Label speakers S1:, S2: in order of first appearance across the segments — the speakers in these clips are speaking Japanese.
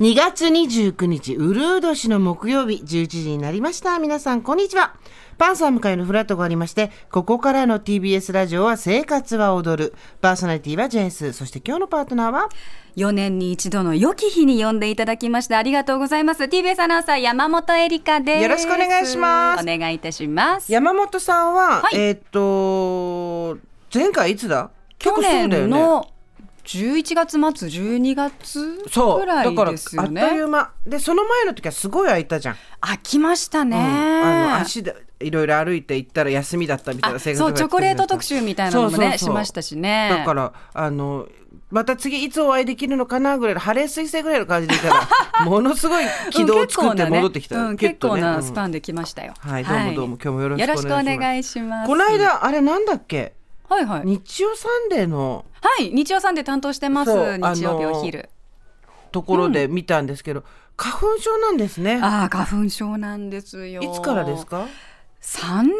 S1: 2月29日、うるう年の木曜日、11時になりました。皆さん、こんにちは。パンサー向かいのフラットがありまして、ここからの TBS ラジオは生活は踊る。パーソナリティはジェンス。そして今日のパートナーは、
S2: 4年に一度の良き日に呼んでいただきましたありがとうございます TBS アナウンサー山本恵里香です
S1: よろしくお願いします
S2: お願いいたします
S1: 山本さんは、
S2: はい
S1: えーっと、前回いつだ結
S2: 去
S1: 構すぐだよね
S2: 年の11月末12月
S1: そう
S2: く
S1: だ
S2: ら
S1: か
S2: い
S1: ら
S2: です
S1: あ
S2: よ
S1: っとい
S2: ね
S1: う間でその前の時はすごい空いたじゃん、
S2: 飽きましたね、
S1: あの足でいろいろ歩いて行ったら休みだったみたいな
S2: あそうチョコレート特集みたいなのもねしましたしね
S1: だからあのまた次いつお会いできるのかなぐらいの晴れ彗星ぐらいの感じでいたら ものすごい軌道を作って戻ってきた、
S2: うん
S1: キュッ
S2: 結
S1: と
S2: 構
S1: ね
S2: な,、
S1: うん
S2: スパンで来ましたよ、
S1: はいどうもどうも今日もよろしくお願いします
S2: よろしくお願いします
S1: この間あれなんだっけ
S2: はいはい
S1: 日曜サンデーの
S2: はい日曜さんで担当してます
S1: そう
S2: 日曜日
S1: あの
S2: お昼
S1: ところで見たんですけど、花粉症なんですね
S2: ああ花粉症なんですよ
S1: いつからですか
S2: 三年く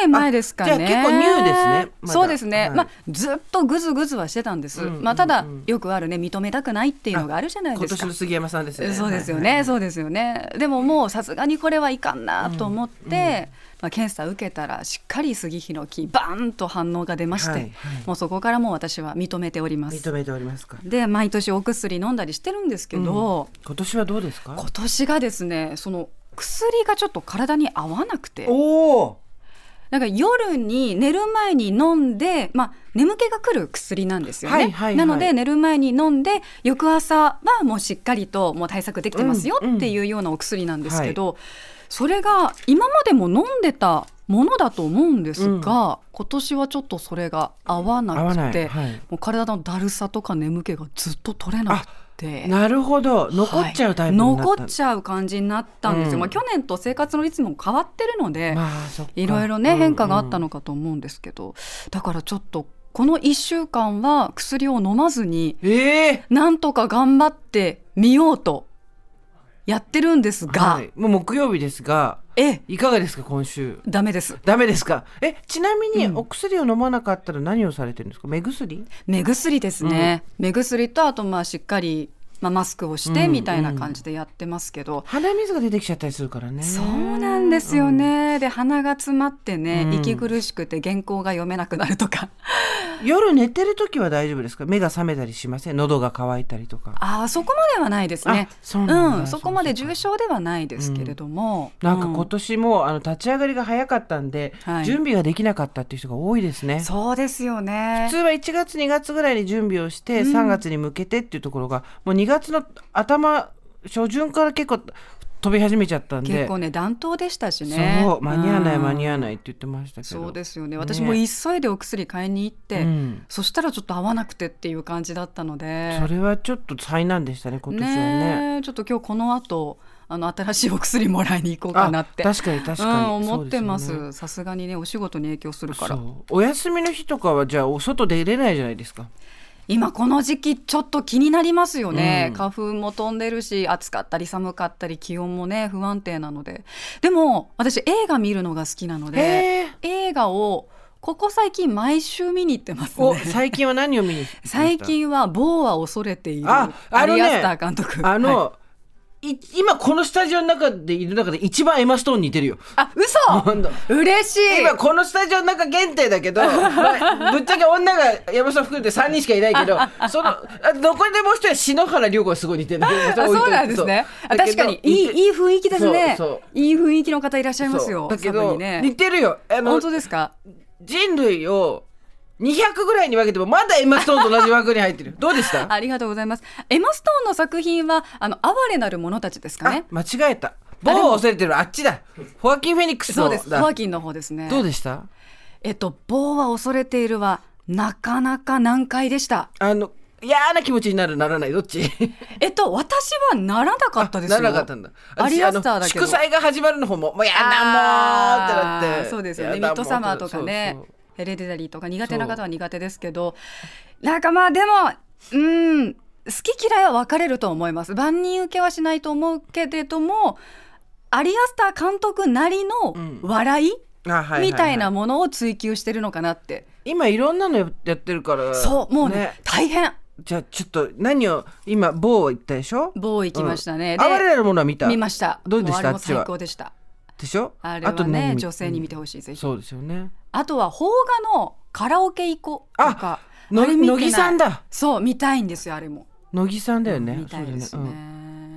S2: らい前ですかね。
S1: あじゃあ結構ニューですねまだ
S2: そうですね。
S1: はい
S2: まあずっとぐずぐずはしてたんです。
S1: うんうんうん
S2: まあただよくあるね認めたくないっていうのがあるじゃない
S1: 今
S2: です
S1: 年
S2: か
S1: の。杉山さんですね
S2: そうですよ
S1: はい
S2: ね、そうですよね。でももうさすがにこれはいかんなと思って、まあ検査受けたらしっかり杉ヒノキバーンと反応が出まして、
S1: はいはい
S2: もうそこからもう私は認めております
S1: 認。めておりますか
S2: で毎年お薬飲んだりしてるんですけど、
S1: 今年はどうですか
S2: 今年がですねその薬がちょっと体に合わなくて。
S1: おお
S2: なんか夜に寝る前に飲んで、まあ、眠気が来る薬なんですよね、
S1: はいはいはい
S2: なので寝る前に飲んで翌朝はもうしっかりともう対策できてますよ
S1: うんうん
S2: っていうようなお薬なんですけど、それが今までも飲んでたものだと思うんですが、今年はちょっとそれが合わな
S1: 合わな
S2: くて
S1: い、はい
S2: もう体のだるさとか眠気がずっと取れなくて。
S1: なるほど残っちゃうタイプになった、
S2: はい残っちゃう感じになったんですよ、
S1: うん
S2: まあ、去年と生活のリズムも変わってるので、
S1: まあそっか
S2: いろいろね変化があったのかと思うんですけど、だからちょっとこの1週間は薬を飲まずに
S1: うんうんええ
S2: なんとか頑張ってみようとやってるんですが、
S1: はい、もう木曜日ですが
S2: え
S1: いかがですか今週
S2: ダメです
S1: ダメですかえちなみに
S2: うん
S1: お薬を飲まなかったら何をされてるんですか目薬
S2: 目薬ですね、目薬とあとまあしっかり、まあ、マスクをして
S1: うん
S2: みたいな感じでやってますけど、
S1: 鼻水が出てきちゃったりするからね
S2: そうなんですよね、で鼻が詰まってね、
S1: うん
S2: 息苦しくて原稿が読めなくなるとか
S1: 夜寝てる時は大丈夫ですか目が覚めたりしません喉が渇いたりとか
S2: ああそこまではないですね
S1: あそうなんだ
S2: ん、そこまで重症ではないですけれども、
S1: なんか
S2: う
S1: 今年もあの立ち上がりが早かったんで、
S2: はい
S1: 準備ができなかったっていう人が多いですね
S2: そうですよね
S1: 普通は1月2月ぐらいに準備をして
S2: うん
S1: 3月に向けてっていうところが、もう2月の頭初旬から結構飛び始めちゃったんで
S2: 結構ね暖冬でしたしね
S1: そう間に合わない間に合
S2: わ
S1: わないって言ってましたけど
S2: そうですすよね私も急いでお薬買いに行って、
S1: うん、
S2: そしたらちょっと合わなくてっていう感じだったので
S1: それはちょっと災難でしたね今年はね
S2: ねえちょっと今日この後あの新しいお薬もらいに行こうかなって
S1: 確かに確かに、
S2: うん、思ってま
S1: そうですよね
S2: すさすがにねお仕事に影響するから
S1: そうお休みの日とかはじゃあお外出れないじゃないですか
S2: 今この時期ちょっと気になりますよね、
S1: うん
S2: 花粉も飛んでるし暑かったり寒かったり気温もね不安定なのででも私映画見るのが好きなので
S1: へえ
S2: 映画をここ最近毎週見に行ってます
S1: お
S2: ね
S1: 最近は何を見に行きました
S2: 最近は「某は恐れている」
S1: ああの
S2: ア
S1: ね
S2: リアスター監督
S1: あ
S2: はい
S1: の、い今このスタジオの中でいる中で一番エマストーンに似てるよ
S2: あ
S1: ほんと
S2: 嘘嬉しい
S1: 今このスタジオの中限定だけ ど、まあぶっちゃけ女が山下含めて3人しかいない けどそのあどこにでもう一人は篠原涼子がすごい似てる
S2: あそうなんですねあ確かにいいいい雰囲気ですね
S1: そうそ
S2: いい雰囲気の方いらっし
S1: そ
S2: ゃいうますよ
S1: だけ
S2: サブ
S1: ど、
S2: にね
S1: 似てるよあの
S2: 本当ですか
S1: 人類を200ぐらいに分けてもまだエマストーンと同じ枠に入ってるどうでした
S2: ありがとうございます。エマ・ストーンの作品は、あの、哀れなる者たちですか
S1: あ
S2: ね。
S1: 間違えた棒を忘れてるあっち だホアキン・フェニックス
S2: そ
S1: の
S2: うです。
S1: だ
S2: ホアキンの方ですね。
S1: どうでした
S2: えっと、棒は恐れているは、なかなか難解でした。
S1: あの嫌な気持ちになるならないどっち
S2: えっと、私はならなかったですよ。
S1: ならなかったんだ。
S2: アリアスターだ
S1: 私
S2: け
S1: あ
S2: ど。
S1: の祝祭が始まるの方も、もうやだもうっ
S2: あー
S1: てなって。
S2: そうですよね。ミ
S1: やだ
S2: ッ
S1: も
S2: ド
S1: う
S2: サマーとかね、
S1: そうそう
S2: ヘレディタリーとか苦手な方は苦手ですけど、なんかまあでも、うん、好き嫌いは分かれると思います。万人受けはしないと思うけれども、アリアスター監督なりの
S1: うん
S2: 笑い、
S1: あはいはは
S2: みたいなものを追求してるのかなって。
S1: 今いろんなのやってるから。
S2: そう、もうね大変。
S1: じゃあちょっと何を今某行ったでしょ
S2: 某行きましたね。
S1: うん哀れ
S2: で
S1: なるものは見た
S2: 見ました。
S1: どうでした
S2: もあれも
S1: あっちは
S2: 最高でした。
S1: でしょ
S2: あれは
S1: と
S2: ね
S1: 何見
S2: 女性に見てほしいぜひ。
S1: そうですよね
S2: あとは邦画のカラオケ行こうとか。
S1: の
S2: あれ見てない
S1: 乃木さんだ
S2: そう見たいんですよあれも。
S1: 乃木さんだよね
S2: 見たいです
S1: そうだよね
S2: ね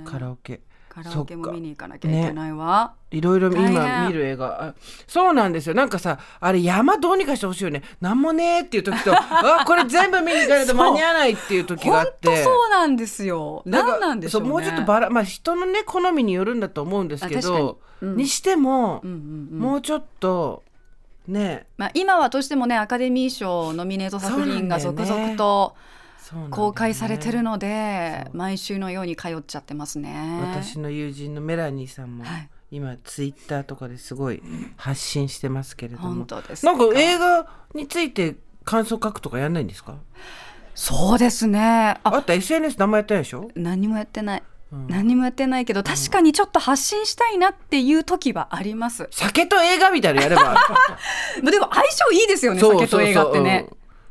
S1: うん。カラオケ
S2: カラオケも
S1: そっか
S2: 見に行かなきゃいけないわ。
S1: いろいろ
S2: 大変
S1: 今見る映画あそうなんですよなんかさあれ山どうにかしてほしいよねなんもねーっていう時 とあこれ全部見に行かないと間に合わないっていう時があ
S2: 本
S1: っ
S2: 当
S1: て
S2: そうなんですよ。なんなんでしょうね。
S1: そうもうちょっとバラまあ人のね好みによるんだと思うんですけど
S2: あ確かに
S1: に,、
S2: うん
S1: しても、
S2: うんうんうん
S1: もうちょっとね
S2: まあ今はとしてもねアカデミー賞ノミネート作品が続々と
S1: そうなんだよね
S2: 公開されてるので、
S1: そう
S2: 毎週のように通っちゃってますね。
S1: 私の友人のメラニーさんも、
S2: はい
S1: 今ツイッターとかですごい発信してますけれども
S2: 本当です
S1: なんか映画について感想書くとかやんないんですか
S2: そうですね。あ
S1: あと SNS 何もやってないでしょ、
S2: 何もやってない。
S1: うん
S2: 何もやってないけど確かにちょっと発信したいなっていう時はあります。
S1: 酒と映画みたいなのやれ ば
S2: まあでも相性いいですよね酒と映画ってね。、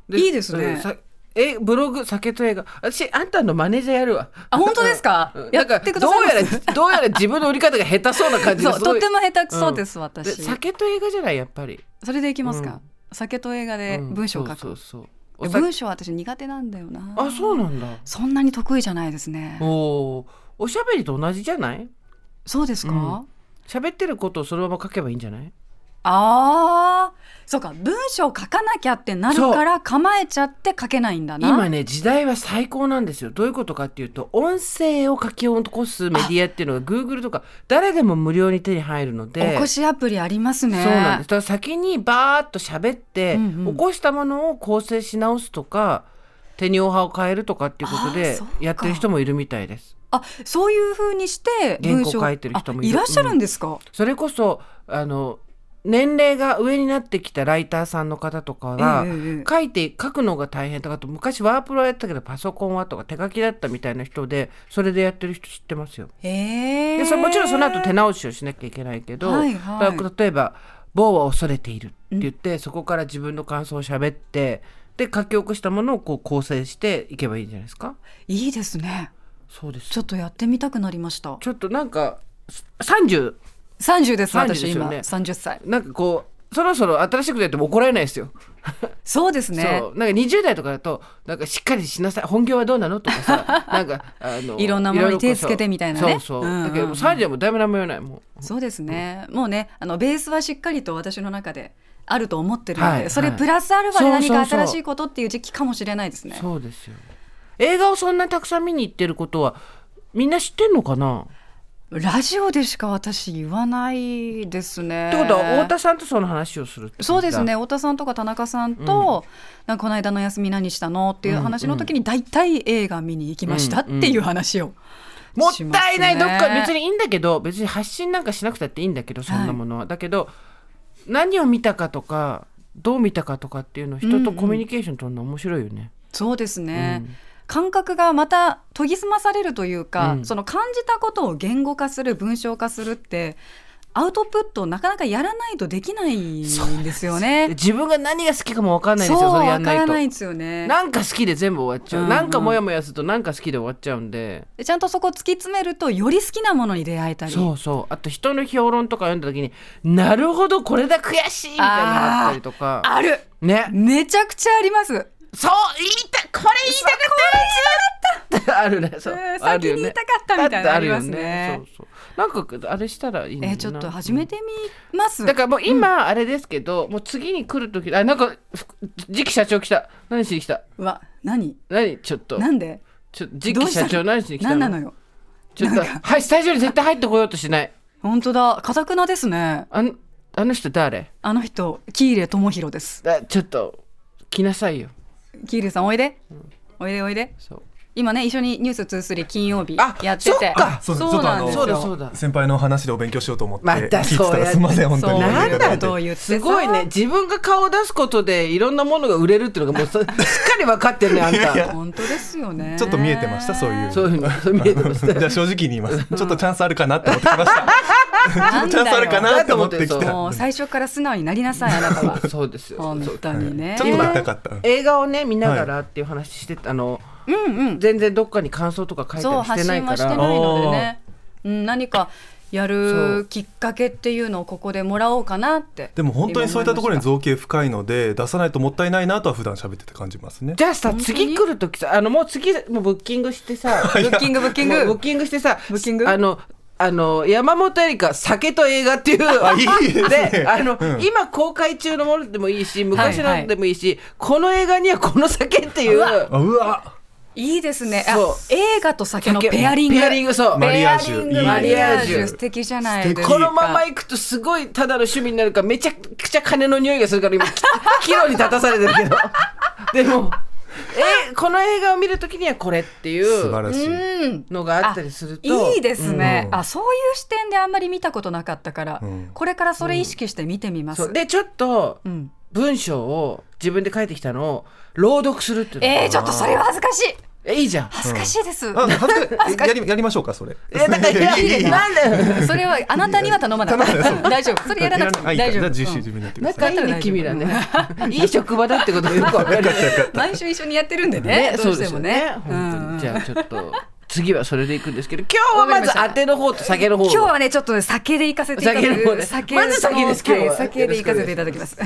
S1: うん
S2: いいですね
S1: うんさえブログ酒と映画私あんたのマネージャーやるわ
S2: あ本当ですか
S1: うん
S2: や
S1: なんか
S2: ってください
S1: どうやらどうやら自分の売り方が下手そうな感じが
S2: そう
S1: すご
S2: と
S1: い
S2: ても下手くそです、
S1: で
S2: 私。
S1: 酒と映画じゃないやっぱり、
S2: それでいきますか、
S1: うん
S2: 酒と映画で
S1: うん
S2: 文章を書く。
S1: そうそうそうお
S2: え
S1: 酒
S2: 文章は私苦手なんだよな。
S1: あそうなんだ
S2: そんなに得意じゃないですね。
S1: おーおしゃべりと同じじゃない
S2: そうですか。
S1: うん喋ってることをそのまま書けばいいんじゃない
S2: ああ、そうか。文章書かなきゃってなるから構えちゃって書けないんだな。
S1: 今ね時代は最高なんですよどういうことかっていうと音声を書き起こすメディアっていうのが Google とか誰でも無料に手に入るので
S2: 起こしアプリありますね。
S1: そうなんですだから先にバーッと喋って、
S2: うんうん
S1: 起こしたものを構成し直すとか手におはを変えるとかっていうこと
S2: あ
S1: で
S2: そうか
S1: やってる人もいるみたいです。
S2: あ、そういう風にして文
S1: 原
S2: 章
S1: 稿書いてる人もい
S2: あ
S1: る
S2: らっしゃるんですか。
S1: それこそあの年齢が上になってきたライターさんの方とかは、
S2: ええええ
S1: 書いて書くのが大変とかあと昔ワープロはやってたけどパソコンはとか手書きだったみたいな人でそれでやってる人知ってますよ。
S2: ええ
S1: でそれもちろんその後手直しをしなきゃいけないけど、
S2: はいは
S1: だ
S2: い
S1: から例えば「某は恐れている」って言って、そこから自分の感想を喋ってで書き起こしたものをこう構成していけばいいんじゃないですか
S2: いいですね。
S1: そうです
S2: ちょっとやってみたくなりました。
S1: ちょっとなんか30
S2: 三十です。
S1: 30
S2: 私
S1: ですよね
S2: 今三十歳。
S1: なんかこうそろそろ新しくやっても怒られないですよ。
S2: そうですね。
S1: そうなんか20代とかだとなんかしっかりしなさい本業はどうなのとか さなんかあの
S2: いろんなものに
S1: いろいろこう
S2: 手つけてみたいなね
S1: そうそう、
S2: うんうんうん
S1: だけどもう30でもだいぶ何も言わないもう
S2: そうですね、もうねあのベースはしっかりと私の中であると思ってるので、
S1: はい
S2: それ
S1: はい
S2: プラスアルファで
S1: そう
S2: 何
S1: そ
S2: か
S1: うそう
S2: 新しいことっていう時期かもしれないですね
S1: そうですよ映画をそんなたくさん見に行ってることはみんな知ってんのかな、
S2: ラジオでしか私言わないですね
S1: ってことは太田さんとその話をするってことだ
S2: そうですね太田さんとか田中さんと、なんかこの間の休み何したのっていう話の時に大体映画見に行きましたっていう話を、
S1: もったいない
S2: し
S1: ど
S2: ま
S1: っ
S2: すね
S1: か別にいいんだけど別に発信なんかしなくたっていいんだけどそんなものは、だけど何を見たかとかどう見たかとかっていうのを人とコミュニケーション取るの面白いよね、
S2: そうですね、
S1: うん
S2: 感覚がまた研ぎ澄まされるというか、
S1: うん
S2: その感じたことを言語化する文章化するってアウトプットをなかなかやらないとできないんですよ
S1: で
S2: ね。
S1: 自分が何が好きかも分かんないんです
S2: そ
S1: よ
S2: う
S1: それや
S2: わ
S1: ん
S2: か
S1: ない
S2: ら
S1: と
S2: ないんですよね。
S1: なんか好きで全部終わっちゃう、
S2: うんうん
S1: なんかモヤモヤするとなんか好きで終わっちゃうんで
S2: でちゃんとそこ突き詰めるとより好きなものに出会えたり。
S1: そうそうあと人の評論とか読んだ時になるほどこれだ悔しいみたいなのがあったりとか
S2: ある
S1: ね
S2: めちゃくちゃあります。
S1: そう言いたいこれ言いたかったってあるねそう
S2: うん
S1: あるよ
S2: 先に言い
S1: ね
S2: たかったみたいなのあります
S1: だってあるよ
S2: ね。
S1: そうそうなんかあれしたらいいのに
S2: え
S1: な
S2: ーちょっと始めてみます。
S1: だからもう今あれですけど、もう次に来る時あなんかふ次期社長来た何しに来た
S2: うわ何
S1: 何ちょっと
S2: なんで
S1: ちょ次
S2: どう
S1: 期
S2: した
S1: 社長何しに来た
S2: 何なのよ。
S1: ちょっと、はい、スタジオに絶対入ってこようとしない。
S2: 本当だ。かたくなですね。
S1: あの、あの人誰
S2: あの人喜入智弘です。
S1: あちょっと、来なさいよ。
S2: キールさんおいで、おいでおいで
S1: そう。
S2: 今ね一緒に「ニュース2 3金曜日
S1: あ
S2: やってて
S1: そっか
S2: そう
S3: そうです
S2: なんです
S1: そ
S2: よ
S1: うだそうだ。
S3: 先輩の話でお勉強しようと思って
S1: ま
S3: 聞い
S1: た
S3: て
S1: そう
S3: た
S1: やっ
S3: ら
S1: て
S3: すみません本当に
S2: そう
S1: なんだ
S2: いうこ
S3: と
S2: とを言ってさ
S1: すごいね。自分が顔を出すことでいろんなものが売れるっていう のがもうさすっかり分かってるね、あん
S3: いやい
S1: た。
S3: や
S2: 本当ですよね
S3: ちょっと見えてましたそういう
S1: そういうのそう見えてました
S3: じゃあ正直に言いますちょっとチャンスあるかなって思ってきましたちょっとチャンスあるかなって思ってき
S1: なんだよ
S3: た
S2: もう最初から素直になりなさいあ なたは
S1: そうですよ。
S2: 本当にね
S3: ちょっとなりたかった
S1: 映画をね見ながらっていう話してた、あの
S2: うんうん
S1: 全然どっかに感想とか書いた
S2: そう
S1: りし
S2: 発
S1: てない
S2: 信
S1: か
S2: はして
S1: ら
S2: ないのでね、うん、何かや
S1: そう
S2: るきっかけっていうのをここでもらおうかなって
S3: でも本当にそういったところに
S2: 今思いまし
S3: 造形深いので出さないともったいないなとは普段喋ってて感じますね
S1: じゃあさ
S2: 本当に
S1: 次来る時さあのもう次もうブッキングしてさ
S2: ブッキングブッキン
S1: もうブ
S2: グ
S1: ッキングしてさ
S2: ブッキング
S1: あのあの山本エリカ酒と映画っていう
S3: あいいですね
S1: であの、
S3: うん
S1: 今公開中のものでもいいし昔
S2: はいは
S1: の
S2: い
S1: でもいいし、この映画にはこの酒っていうう
S2: わ
S3: あうわ
S2: いいですねあ
S1: そう
S2: 映画と酒のペアリング
S1: ペアリングそう
S3: マリアージュ
S2: ペリング
S3: いい
S2: マリアージ
S1: マリアージュ
S2: ュ素敵じゃないですか
S1: このまま行くとすごいただの趣味になるからめちゃくちゃ金の匂いがする から今き岐路に立たされてるけどでもえこの映画を見るときにはこれってい
S3: 素晴
S1: う
S3: らしい、
S2: うん
S1: のがあったりすると
S2: いいですね、
S3: うん
S2: あそういう視点であんまり見たことなかったから、
S3: うん
S2: これからそれ意識して見てみます、
S1: そう
S2: うん
S1: でちょっと文章を自分で書いてきたのを朗読するっていうの
S2: えー、ちょっとそれは恥ずかしい
S1: えいいじゃん
S2: 恥ずかしいです、
S3: あ恥ずかやりやりましょうかそれ
S1: えだ からいや
S3: いやいやいや
S1: なんだよ
S2: それはあなたには頼まない 大丈夫それやらなくても
S3: あいいか
S2: 大丈
S3: じゃあ
S2: 夫
S3: 自主
S2: うん
S3: 自分でやってください
S1: 仲いいね君らね いい職場だってことがよくわかる
S2: 毎週一緒にやってるんでねどうしてもね
S1: そうですよ本当
S2: うん
S1: にじゃあちょっと次はそれでいくんですけど今日はまず当ての方と酒の方を
S2: 今日はねちょっとね酒で行かせていただ
S1: 酒の方
S2: く
S1: でまず酒です今日は
S2: はい酒で行かせていただきます